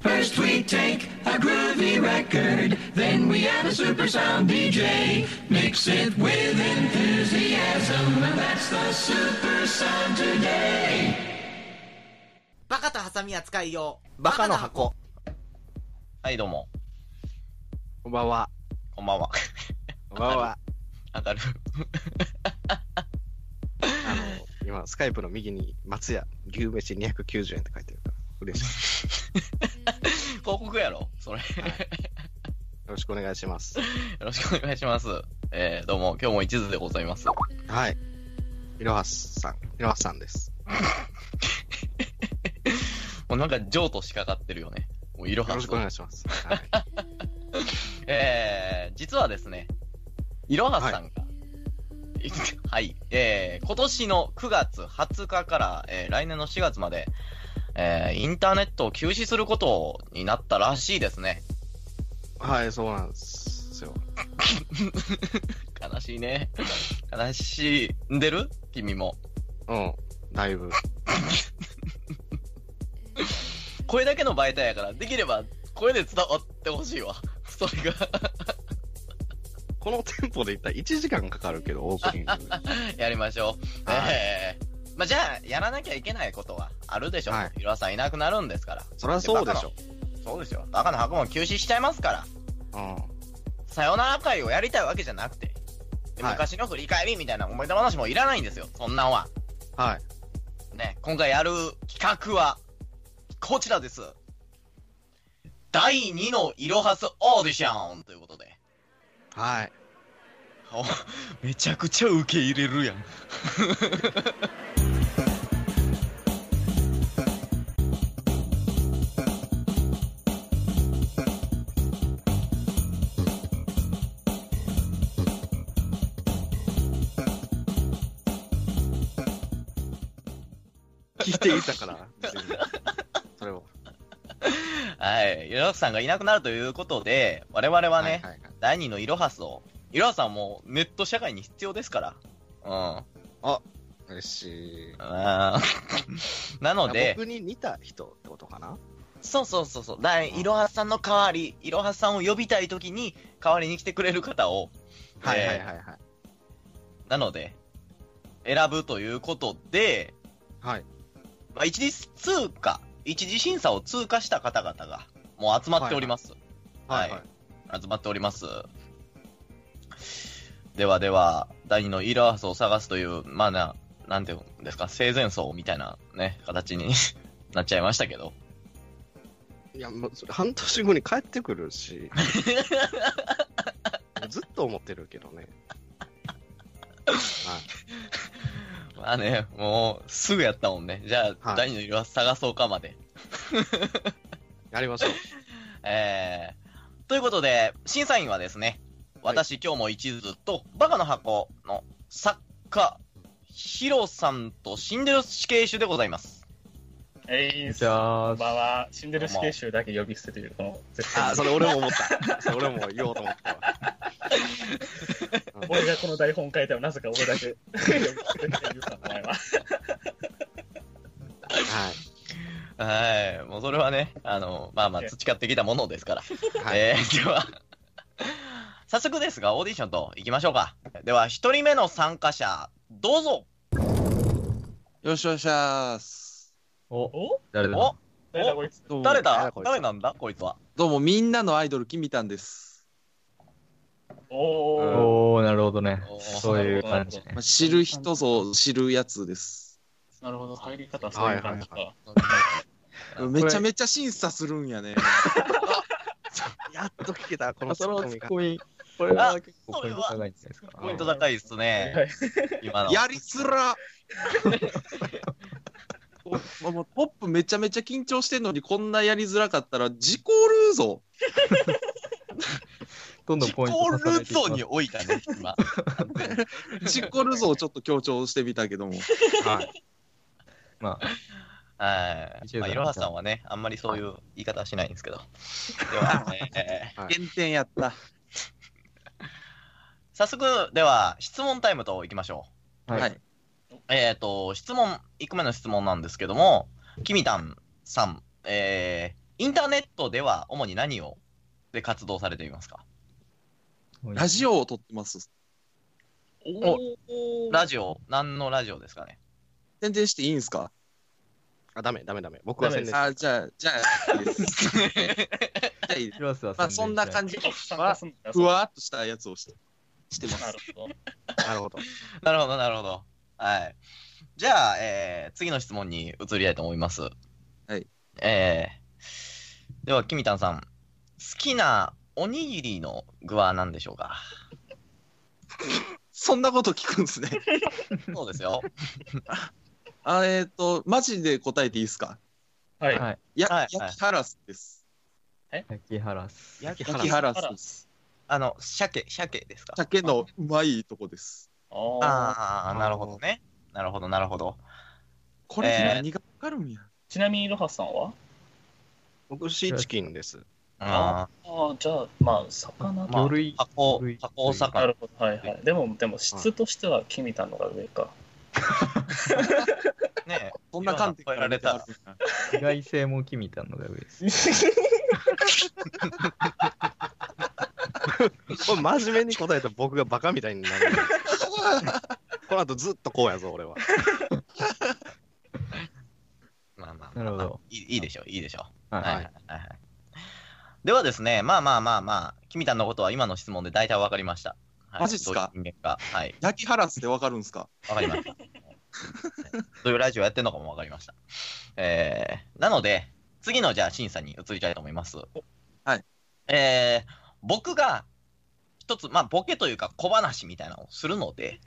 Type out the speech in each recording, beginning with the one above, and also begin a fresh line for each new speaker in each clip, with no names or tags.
First we take a groovy record, then we add a super sound DJ. Mix it with enthusiasm, and that's the super sound today.
バカとハサミは使いよう。
バカの箱。
はい、どうも。
こんばんは。
こんばんは。
こんばんは。
当たる。
あの、今、スカイプの右に、松屋、牛飯290円って書いてるから、嬉しい。
広告やろそれ。 よ
よろしくお願いします。
ろしくお願いします。えー、どうも、今日も一途でございます。
はい。いろはさん、いろはさんです。
もうなんか、譲渡しかかってるよね。もう、いろ
よ
は
ろしくお願いします。はい。
えー、実はですね、いろはさんが、はい、えー、今年の9月20日から、えー、来年の4月まで、えー、インターネットを休止することになったらしいですね。
はい、そうなんですよ。
悲しいね。悲しんでる君も。
うん。だいぶ。
声だけの媒体やから、できれば声で伝わってほしいわ。 それが、
このテンポでいったら1時間かかるけど、オープニング。
やりましょう。
はい
えー、まあ、じゃあ、やらなきゃいけないことはあるでしょ。
はい
いろはさんいなくなるんですから。
そりゃそうでしょ。
そうですよ。バカの箱も休止しちゃいますから。
うん。
さよなら会をやりたいわけじゃなくて。で
はい
昔の振り返りみたいな思い出話もいらないんですよ。そんなんは。
はい。
ね、今回やる企画は、こちらです。第2のイロハスオーディションということで。
はい。
お めちゃくちゃ受け入れるやん。
聞いていたから、別にそれを。
はい。イロハスさんがいなくなるということで、我々はね、
はいはいはい
第2のイロハスを、イロハスさんもネット社会に必要ですから。うん。
嬉しい。
あー なので、
僕に似た人ってことかな
そうそうそうそう、だ
うん
いろはさんの代わり、いろはさんを呼びたいときに、代わりに来てくれる方を、
はいはい
え
はいはい。
ーなので、選ぶということで、
はい。
まあ、一次通過、一次審査を通過した方々が、もう集まっております。はい集まっております。ではでは、第二のイロハスを探すという、まあな、なんていうんですか、生前層みたいなね、形に なっちゃいましたけど。
いや、もうそれ半年後に帰ってくる し。ずっと思ってるけどね。
まあね、もう、すぐやったもんね。じゃあ、
はい
第二のイロハス探そうかまで。
やりましょう。
えー、ということで、審査員はですね、
はい
私、今日も一途と、バカの箱の作家、ヒロさんとシンデレラ死刑囚でございます。
えい、
じゃ
こ
あ
ん、ばんは。死んでる死刑囚だけ呼び捨てという、この、絶対
あ、
に
それ俺も思った。 それ俺も言おうと思ったわ。うん
俺がこの台本書いたらなぜか 俺だけ呼び捨てで言ったお前は。
はい。
はい、もうそれはね、あの、まあまあ、培ってきたものですから。
はい。
えー、では、 早速ですが、オーディションと行きましょうか。では、一人目の参加者、どうぞ
よっしゃよっしゃーす。
お、
お
誰だ
お
誰だこいつ
どうも
誰だ
誰だこいつ
誰なんだこいつは。
どうも、みんなのアイドル、キミタンです。
おー、
おー、なるほどね
お。ー
そういう感じね
まあ、。知る人ぞ知るやつです。
なるほど、入り方はそういう感じか。
はい
めちゃめちゃ審査するんやね。
やっと聞けた、この
あ
ツ
その
ッコ
ツ
ミ
ッ
が。
コミ、これは結構
そ
ポ
れ
イン
は
ト高いんじゃないですか。
ポイント高いですね。
はい
今の。
やりづらもうもうポップめちゃめちゃ緊張してんのにこんなやりづらかったら事故るぞ
どんどん
自己
ポイン
ル
ト重
ー
ねていきま
ツ
す
に置いたね、今。
事故るぞをちょっと強調してみたけども
はい。
まあ、
はい。まあ、いろはさんはね、あんまりそういう言い方はしないんですけど。では、えー
減点やった
早速、では、質問タイムといきましょ
はい、
はい。
う。えっ、ー、と、質問、1個目の質問なんですけども、きみたんさん、えー、インターネットでは主に何をで活動されていますか
ラジオを撮ってます。
お
ラジオ、何のラジオですかね
宣伝していいんですか
あ、ダメ、ダメ、ダメ。僕は宣伝し
あ、じゃあ、じゃあ、いいです。じゃあいいです
広瀬は
まあ、そんな
じ。
感じ。
あ、そんな
ふわっとしたやつをしてしてます。
なるほど。
なるほど。
なるほど、なるほど。はい。じゃあ、えー、次の質問に移りたいと思います。
はい。
えー、では、キミタンさん、好きなおにぎりの具は何でしょうか
そんなこと聞くんですね。
そうです よ。
あえっ、と、マジで答えていいですか
はい。
はい。
や、
はい
焼きハラスです。
焼きハラス。
焼き
焼きハラスです。
あの、鮭、鮭ですか
鮭のうまいとこです。
ああ。
ああ、なるほどね。なるほど、なるほど。
これ
えー
何がわかるんや。
ちなみに、ロハスさんは
僕、シーチキン です。
あ
ああ、じゃあ、まあ、魚
まあ
魚類。
加工
魚類、
加工
な
魚。
るほど、はいはい。でも、でも、質としては、君たのが上か。
ね
そんな観点
いろんな声が
見てあるんや
意外性も木みたいなのが上です。
これ、真面目に答えたら僕がバカみたいになる。この後ずっとこうやぞ、俺は。
まあまあまあ、
なるほど
いいいいでしょう、いいでしょう。
はい
はいはいはいはい。ではですね、まあまあまあまあ、君たんのことは今の質問で大体わかりました。はい
マジっすか
どういう人間か。はい、
焼きハラスってわかるんですか
わかりました。 はいどういうラジオやってるのかもわかりました。えー、なので、次のじゃあ審査に移りたいと思います。
はい。
えー、僕が一つ、まあボケというか小話みたいなのをするので、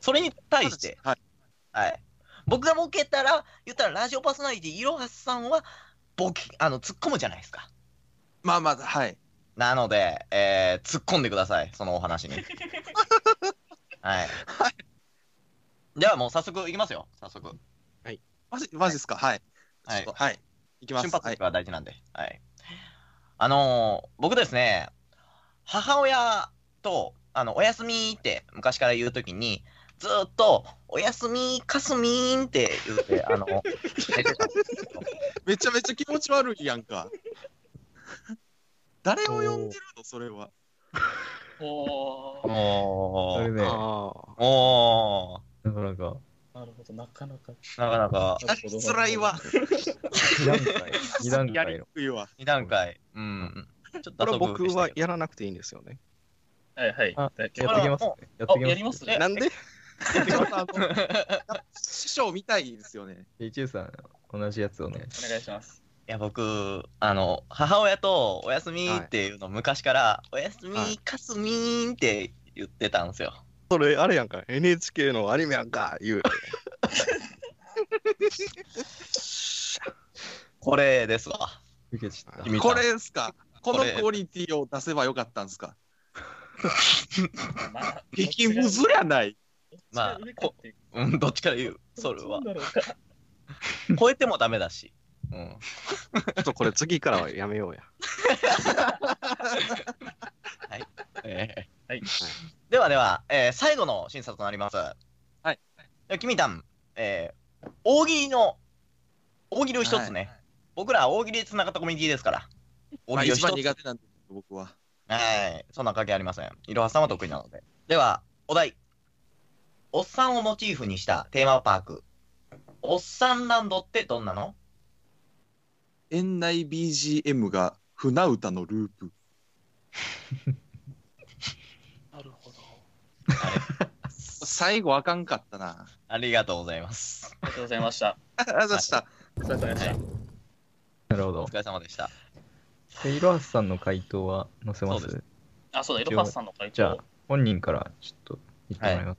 それに対して、
はい。
はい。僕がボケたら、言ったらラジオパーソナリティ、いろはさんは、ボケ、あの、突っ込むじゃないですか。
まあまあ、はい。
なので、えー、突っ込んでください、そのお話 に。はい。ではもう早速いきますよ、早速。
マジマジですかはい。
はい
ちょっとはい。いきます。
瞬発
はい
力。が大事なんで。はい。あのー僕ですね、母親と、あの、おやすみって昔から言うときに、ずーっと、おやすみ、かすみーんって言って、あの、 寝てたんですけど
めちゃめちゃ気持ち悪いやんか。誰を呼んでるのそれは。
おー
お
それ
ー。
ね、
ああ。
おー。
なかなか。
なるほど、なかなか。
なかなか、
なるほど
つらいわ。。
二段階。二段
や
階
りに
の。
くいわ。
2段階。うん。ちょっ
ことれ
後
僕
工夫でした
は
けど
やらなくていいんですよね。
はいはい。
あ
だけ
や
こ
ど
っ
れは
てきますね
も。
やって
あ
き、
やり
ま。
ますす ね。
なんで
師匠みたいですよね。
で、一さん、同じやつをね。
お願いします。
いや、僕、あの、母親とおやすみっていうの昔から、おやすみ
はい、
かすみーんって言ってたんですよ。
それ、あれやんか。NHK のアニメやんか。言う。
これですわ。
受けちゃっ
君たち
これですかこの
これ
クオリティを出せばよかったんですか
まあ、
激ムズやない。。
まあ
どっちが上かっていう
うん、どっちから言うそれ
ど
は
っち。なんだろうか
超えてもダメだし。うん。
ちょっとこれ、次からはやめ ようや。
えー
はい
ではでは、えー最後の審査となります。はい君たん、えー大喜利の、大喜利を一つね。僕らは大喜利で繋がったコミュニティですから。大
まあ、
喜利を
一
一
番
つ
苦手なんですけど、僕は。
はい。そんな関係ありません。いろはさんは得意なので。では、お題。おっさんをモチーフにしたテーマパーク。おっさんランドってどんなの
園内 BGM が船歌のループ。
なるほど。
最後あかんかったな。
ありがとうございます。
ありがとうございました。
ありがとうございました。
お疲れ様でした。
た。なるほど
お疲。れ様でした。
で、いろはさんの回答は載せま
そうです
あ、そうだ、いろはすさんの回
じゃあ
答。、
本人からちょっと言ってもらいます。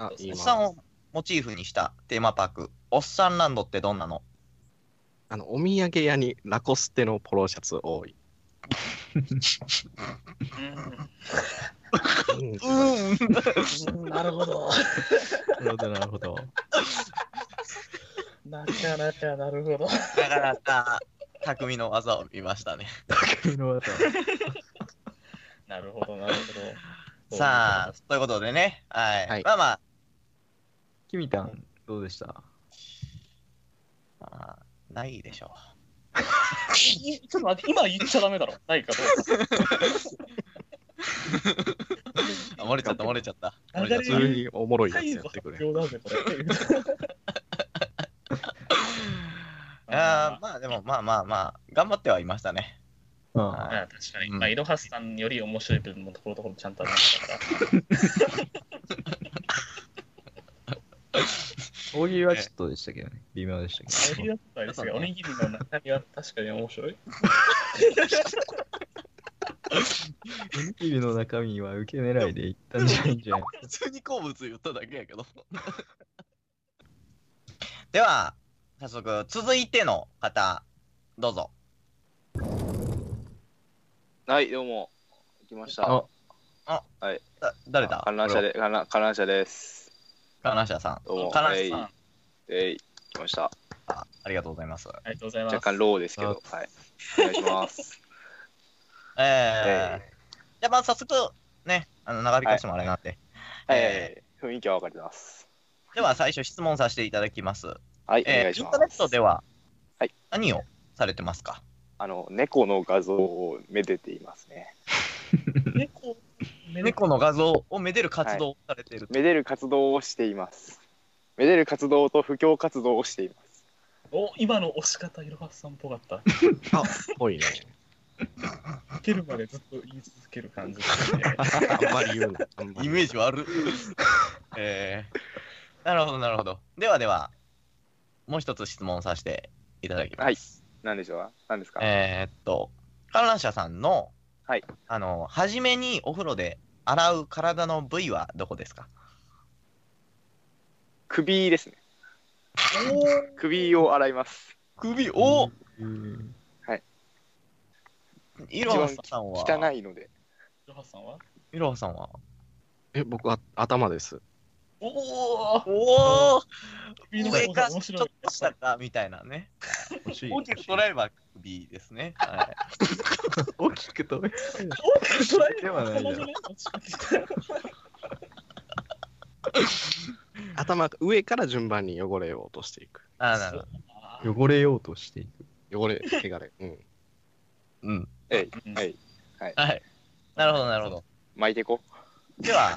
あ、いい
おっ
わ
さんをモチーフにしたテーマパーク。おっさんランドってどんなの
あの、お土産屋にラコステのポロシャツ多い。
うん
うん。
うんなるほど。
なるほど、なるほど。
なかなかなるほど。
なかなか、匠の技を見ましたね。
君の技
なるほど、なるほど。
さ
あ、
あ、ということでね。はい。
はい
まあま
君たん、どうでした
ああー、ないでしょう。
ちょっと待って、今言っちゃダメだろ。ないかと思った
あ漏れちゃった、漏れちゃった。漏れちゃった
流れ
普通におもろいやつ
最
や
後
って
発
くれ。
表なんで、これ。
あーまあでもまあまあまあ、頑張ってはいましたね。
あ
まあ
は
確かに、
うん
まあ、井戸端さんより面白い部分もところどころちゃんとありましたから。
あ大喜利はちょっとでしたけどね。微妙でした
お
け
にぎり
ど。
だったですが、おにぎりの中身は確かに面白い。
おにぎりの中身は受け狙いでいったんじゃないんじゃない
い、 普通に好物言っただけやけど。 では、早速、続いての方、どうぞ。
はい、どうも。来ました。
あ
だ誰だ
観覧車で、観覧観覧車です。
観覧車さん。
どうも。
観覧
え
車
い
さん、
えい、来ました。
あありがとうございます。
ありがとうございます。
若干ローですけど、はい。お願いします。
えーじゃあまあ早速、ね、あの長引かしてもあれなんで、
はいはいは
え
い、雰囲気はわかります。
ーでは最初質問させていただきます。
はい、お
え
願い
ー
し
イン
ま
ターネッ
す。
トでは
はい
何をされてますか、
あの、猫の画像をめでていますね。
猫、猫、
猫の画像をめでる活動をされていると、
めでる活動をしています。めでる活動と布教活動をしています。
お、今の押し方、いろはさんっぽかった。
あ、ぽいね。
蹴るまでずっと言い続ける感じで。
あんまり言うな。あんま
イ
り
メージ 悪い。えー、なるほど、なるほど。ではでは、もう一つ質問させていただきます。
はいなんでしょうなんですか、
えーっと、観覧車さんの、
はい
あの、初めにお風呂で洗う体の部位はどこですか
首ですね。首を洗います。
首を、
うん
いろはさんは、
汚いので。
いろはさんは
イロハさんは、
え、僕は頭です。
おー
おお
首の
上
方
か
が
ちょ
面
っ
白い。
と下かみたいなね。
欲しい
大きく捉えれば首ですね。はい
大きくと。
大きく捉え
ではないだろ
頭、上から順番に汚れを落としていく。
あーなるほど。
汚れようとしていく。
汚れ、汚れ。うん。
うん。
はい
はい。なるほど、なるほど。
巻いていこ
で は、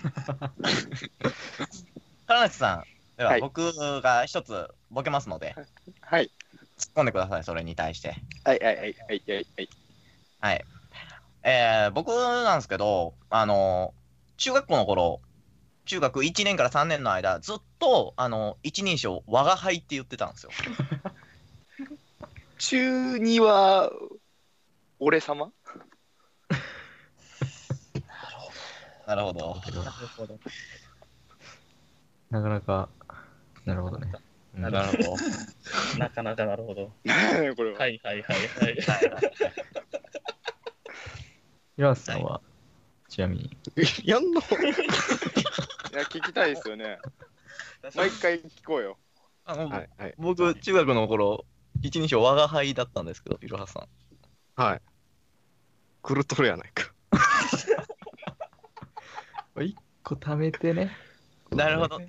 唐橋さん、では
はい
僕が一つボケますので、
う。はい。
突っ込んでください、それに対して。
はいはいはいはいはいはい。
はい。えー、僕なんですけど、あの、中学校の頃、中学1年から3年の間、ずっと、あの、一人称、我が輩って言ってたんですよ。
中二は俺様
なるほど。
なかなか、なるほどね。うん
なるほど。
なかなかなるほど。
これは、
はいはいはいはい。
平ラさんは、ちなみに、
やんの
い、や聞きたいですよね毎回聞こうよ
あの、
はい、はい。
僕、中学の頃、一人称、我が輩だったんですけど、いろはさん。
はい。狂っとるやないか。
こう貯めてね。
なるほどね。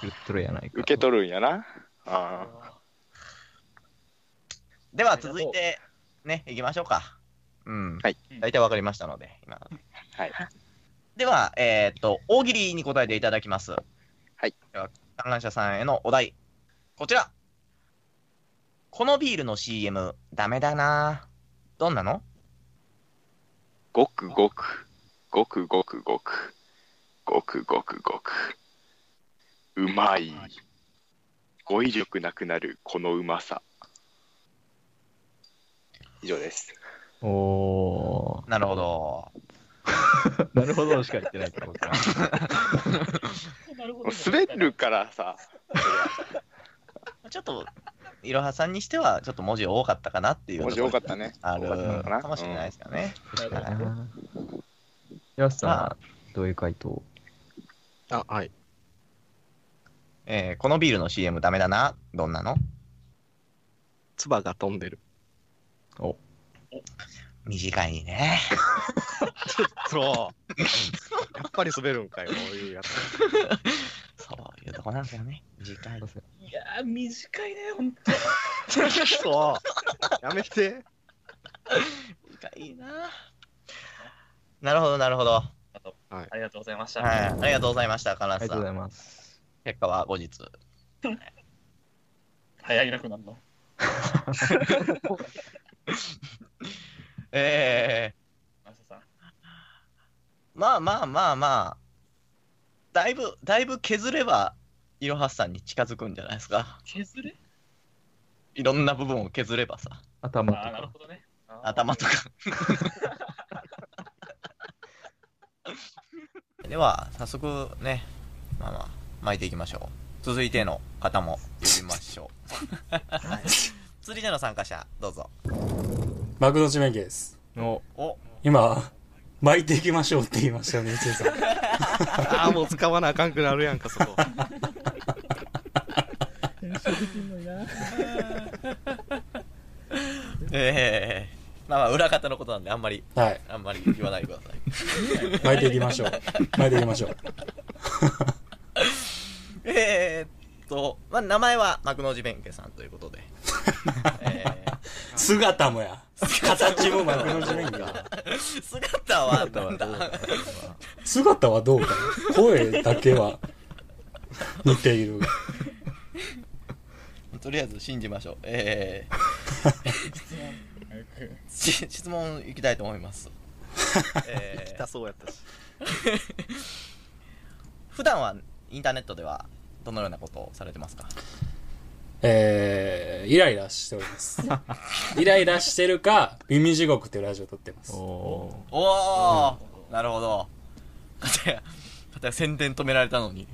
くるっとるやないか。
受け取るんやなあ
では続いて、ね、いきましょうか。うん。
はい。
大体わかりましたので、今。
はい。
では、えーっと、大喜利に答えていただきます。
はい。
では、観覧者さんへのお題、こちら。このビールの CM、ダメだなぁどんなの
ごくごくごくごくごくごくごくごくうまい語彙力なくなるこのうまさ以上です
お
なるほど。
ー。 なるほどしか言ってないから、僕は。
なるほ
も
ど
う。滑る。からさ
ちょっと、いろはさんにしては、ちょっと文字多かったかなっていう。
面白かったね
ある
多かったかな
かもしれないですよね。
確
か
か
に
にな。平ラさんは、どういう回答
あ、はい。
えーこのビールの CM ダメだな。どんなの
唾が飛んでる。
短い ね。
そう。やっぱり滑るんかい、こういうやつ。
そういうとこなんですよね。短い。
いやー、短いね、本当
やめて。
短いななるほど、なるほど。はい。
ありがとうございました。
ありがとうございました、カナ
あり
ス
が
さ
とうござ
ん。
います。
結果は後日。
早いなくなるの。
ええ
マサさん。
まあまあまあまあ。だいぶ、だいぶ削れば、いろはさんに近づくんじゃないですか。
削れ
いろんな部分を削ればさ、
頭と
ああ、なる
か。
ほどね。あー
頭とか。 では、早速ね、まあまあ、巻いていきましょう。続いての方も呼びましょう。 釣りでの参加者、どうぞ。
マクドチメンケです。
お
お、
今、巻いていきましょうって言いましたよね、一恵さん。
ああ、もう使わなあかんくなるやんか、そこ。
ええまあまあ、裏方のことなんで、あんまり、
はい。
あんまり言わないでくださ い。
巻いていきましょう。巻いていきましょう。
えー、っと、まあ、名前は幕の内弁慶さんという ことで。え
姿もや。形も幕の内弁慶。
ー、 姿はなんだ
姿はどうか。声だけは似ている。
とりあえず信じましょう。えー、し質問いきたいと思います。えー
痛、そうやったし。
普段はインターネットではどのようなことをされてますか
えー、イライラしており ます。イライラしてるか、耳地獄っていうラジオ撮ってます。
おー
おー、なるほど。かたや、かたや宣伝止められたのに。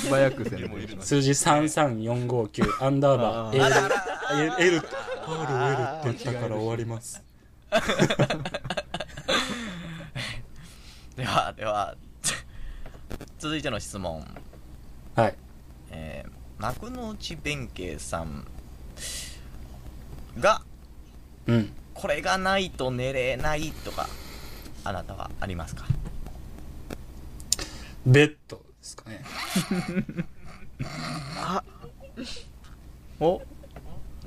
素早く攻めていきます。
数字33459アンダーバー L, L, L, RL って言ったから終わります。
では、では、つ続いての質問。
はい。
えー、幕の内弁慶さんが、
うん。
これがないと寝れないとか、あなたはありますか
ベッドですかね。
お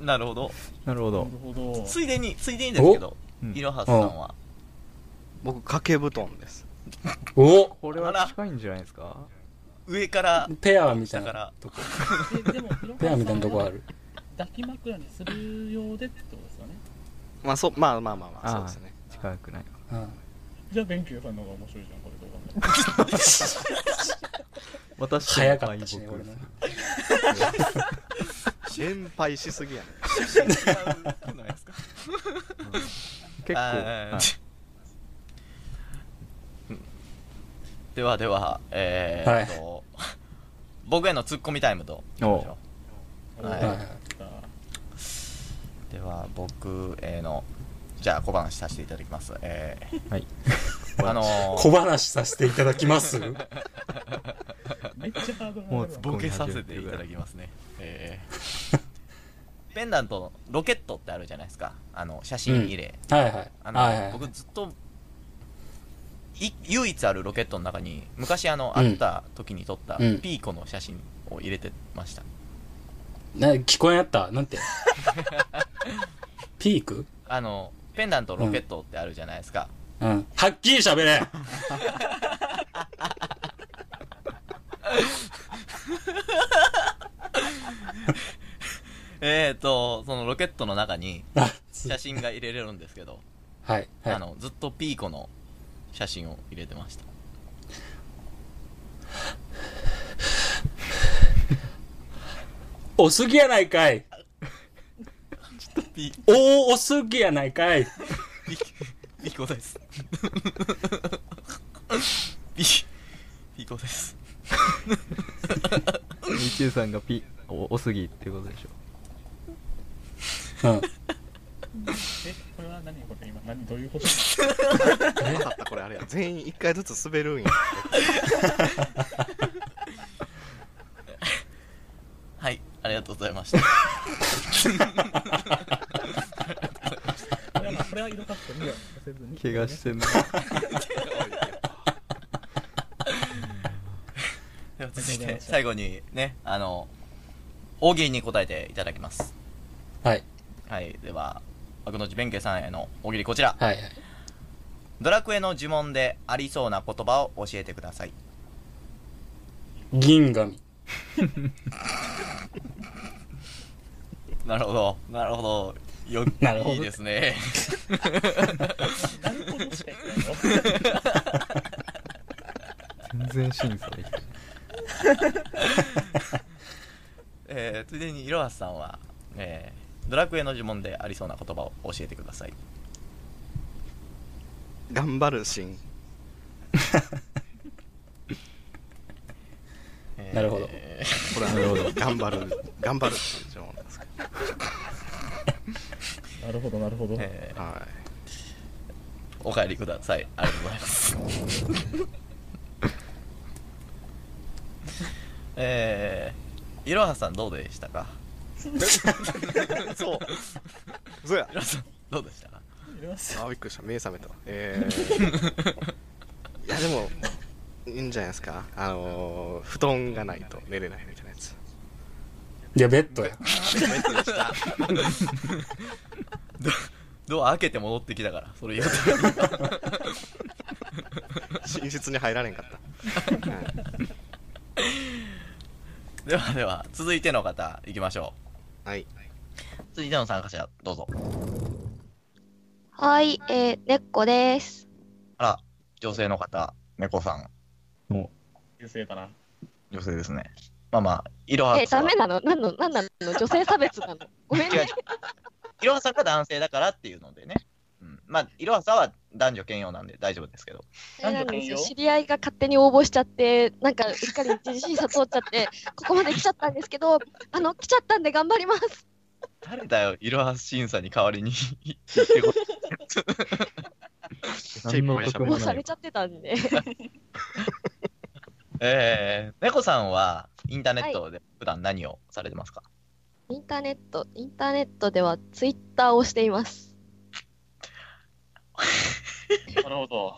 なるほど。
なるほ
な。
ど
るほど。
ついでに、ついでにですけど、
うん
いろはさんは、
僕、掛け布団です。
お
これは近いんじゃないですか
上から、
ペアみたい
だか
な
ら
とこ。
えでも、いろは
ペ
さ
アみ
ん
たいなとこあ
は
る。
抱き枕にするようでってことですよね。
まあ、そう、まあまあまあまあ、
あ
そ
ー
うですね。
近くない。
うん。
じゃあ、弁慶さんの方が面白いじゃん、これ動画
私と
早かったしね、俺の。
連敗しすぎやね。
違うくないですか
結構、
あー
はい
ではでは、えーっと、僕へのツッコミタイムと、しましょう。
お
は
はいいはい。
では僕へのじゃあ小話させていただきますえ
はい
ー、あの
小
ー、
話させていただきます
めっちゃハードル
も
上が
う
るわ
ボケさせていただきますねえー、ペンダントのロケットってあるじゃないですかあの写真入れ、
はいはい。
あの、
はいはい。
僕ずっとい唯一あるロケットの中に昔あの会った時に撮った
うん
ピーコの写真を入れてました、
な聞こえんやったなんてピーク
あのペンダントロケットってあるじゃないですか、
うん。はっきり喋れ
えーとそのロケットの中に
あつ
写真が入れれるんですけど
はい。はい
あ。の、ずっとピーコの写真を入れてました。
おすぎやないかい
ピ
おおすぎやないかい
ピ、 ピーコです。ピ、ピーコです。
一恵さんがピ、お、おすぎっていうことでしょ
うん。
え、これは何これ今、何どういうこと
分かった、これあれや。全員一回ずつ滑るんや。
はい、ありがとうございました。
これは、これは色かってるよ。せずに。
怪我してんの。
では続そして、最後にね、あの、大喜利に答えていただきます。
はい。
はい。では、幕の内弁慶さんへの大喜利こちら。
はい。
ドラクエの呪文でありそうな言葉を教えてください。
銀紙。
なるほど。なるほど。よ、
なるほど
いいですね。
何個もしか言ってないよ。
全然審査できない
えー、ついでに、いろはさんは、えー、ドラクエの呪文でありそうな言葉を教えてください。
頑張るシーン。
えー
なるほど
え
これは頑張る。頑張るっていう情報なんですけ
なるほど、なるほど。
ー
い
え
ど。はい。
ーお帰りください。ありがとうございます。 えー、いろはさんどうでしたかそう。
そうや
い。ろはさん、どうでしたか
ます
あ、びっくりした。目覚めた。えー、いや、でも、いいんじゃないですか。あのー、布団がないと寝れないみたいなやつ。
いや、ベッドや。
ドア開けて戻ってきたから、それ言うと。
寝室に入られんかった。はい
ではでは、続いての方、行きましょ
はい。
う。続いての参加者、どうぞ。
はい、えー、猫です。
あら、女性の方、猫さん。
優勢だな。
女性ですね。まあまあ、いろはさん。
えー、ダメなのなんの、なんなの女性差別 なのごめん
違う違う
ね。
いろはさんが男性だからっていうのでね。うん、まあ、いろはさんは男女兼用なんで大丈夫ですけど。
なん
な
だ
んですよ
なんだ
知り合いが勝手に応募しちゃって、なんかうっかり一時審査通っちゃって、ここまで来ちゃったんですけど、あの、来ちゃったんで頑張ります。
誰だよ、いろは審査に代わりに 言ってこ
何の得
も
も
う
な
さ
い
れちゃってたんで。
えー、猫さんは、インターネットで普段何をされてますか、
インターネット、インターネットではツイッターをしています。
なるほど。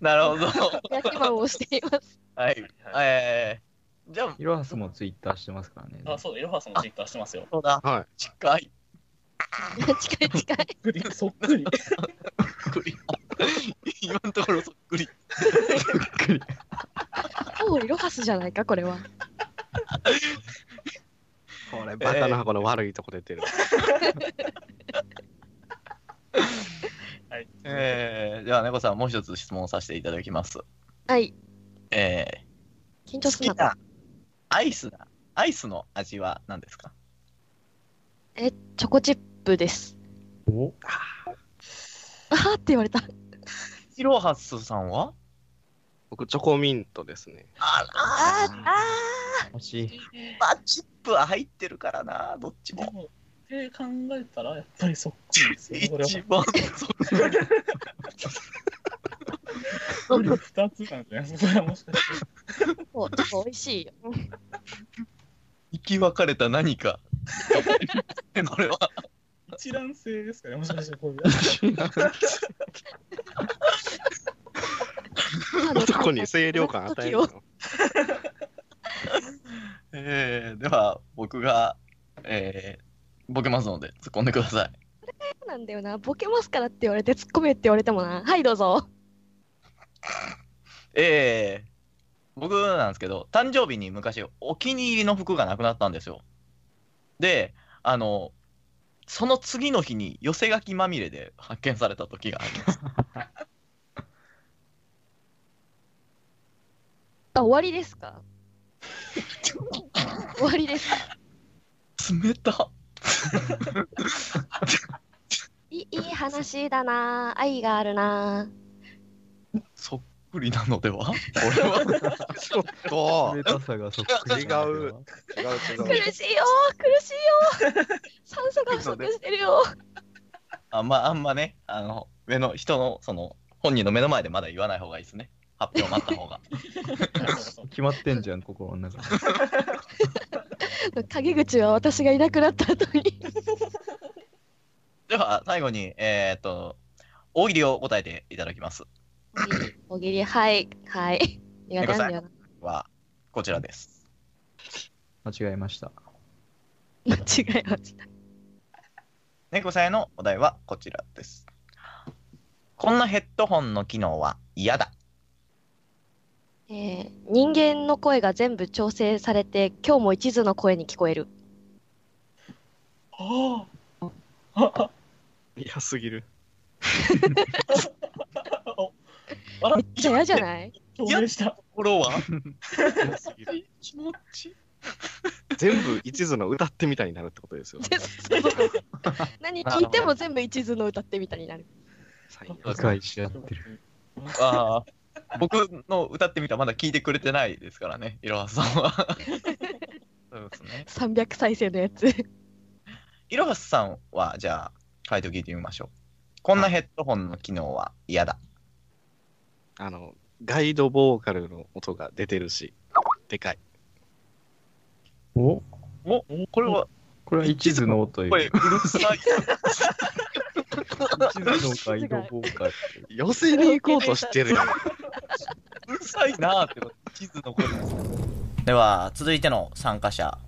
なるほど。
焼きマンをしています。
はい。
はい
えー、じゃあ、
いろはすもツイッターしてますからね。
あ、そうだ、いろはさんもツイッターしてますよ。
そうだ。
はい。
近い。
近い近い。
そっくりそっくり。
今のところそっくり。
もうイロハスじゃないか、これは。
これ、バカの箱の悪いとこ出てる。
はい。
えー、では、猫さん、もう一つ質問させていただきます。
はい、
え
緊
ー、
張
好
する
き
な。
なアイスだ。アイスの味は何ですか
チョコチップです。
お
あーって言われた。
いろはすさんは
僕、チョコミントですね。
あ
あー、あ
もし、
ー、まあ、チップは入ってるからな、どっち
で
も。
も、って考えたら、やっぱりそっくりですよね。これは
一番、
そっくり二つなんじゃないですか。これはもしかして。
ー、そうチョコ美味しいよ。
生き別れた何 か。これは。
一覧性ですかね、もしかしてこういう。
男に清涼感与えるの。
えー、では、僕が、えー、ボケますので、突っ込んでください。
そうなんだよな、ボケますからって言われて、突っ込めって言われてもな、はい、どうぞ。
ええ僕なんですけど、誕生日に昔お気に入りの服がなくなったんですよ。で、あの、その次の日に寄せ書きまみれで発見された時があります。
あ、終わりですか終わりですか
冷た
いいいい話だな、愛があるな。
そっくりなのでは俺は。
ちょっと
冷たさがそっくりなのでは。
違う
苦
違う。
しいよ、苦しいよ。酸素が不足してるよ。
あんま、あんまね、あの、目の、人の、その、本人の目の前でまだ言わない方がいいですね。発表待っ た方が。
決まってんじゃん、心の中で。
陰口は私がいなくなった後に。
では、最後に、えー、っと、大喜利を答えていただきます。
大喜利、はい、はい。苦手なんだよな。
は、こちらです。
間違えました。
間違えました。
猫さんへのお題はこちらです。こんなヘッドホンの機能は嫌だ。
えー人間の声が全部調整されて、今日も一途の声に聞こえる。
ああ。
嫌すぎる。
あら
めっちゃ嫌じゃない
表明した。
フォロワ
嫌すぎる
ー気持ちいい。
全部一途の歌ってみたいになるってことですよ。
何聞いても全部一途の歌ってみたいになる。
最
理解し合ってる。
ああ。僕の歌ってみたらまだ聞いてくれてないですからね、いろはさん は。そうですね。
300再生のやつ。
いろはさんは、じゃあ、回答聞いてみましょう。こんなヘッドホンの機能は嫌だ。
あの、ガイドボーカルの音が出てるし、でかい。
お
お、これは、
これは一途のという。
声うるさい。
一途のガイドボーカル。
寄せに行こうとしてるよ。
うるさいなーってこと地図の声では続いての参加者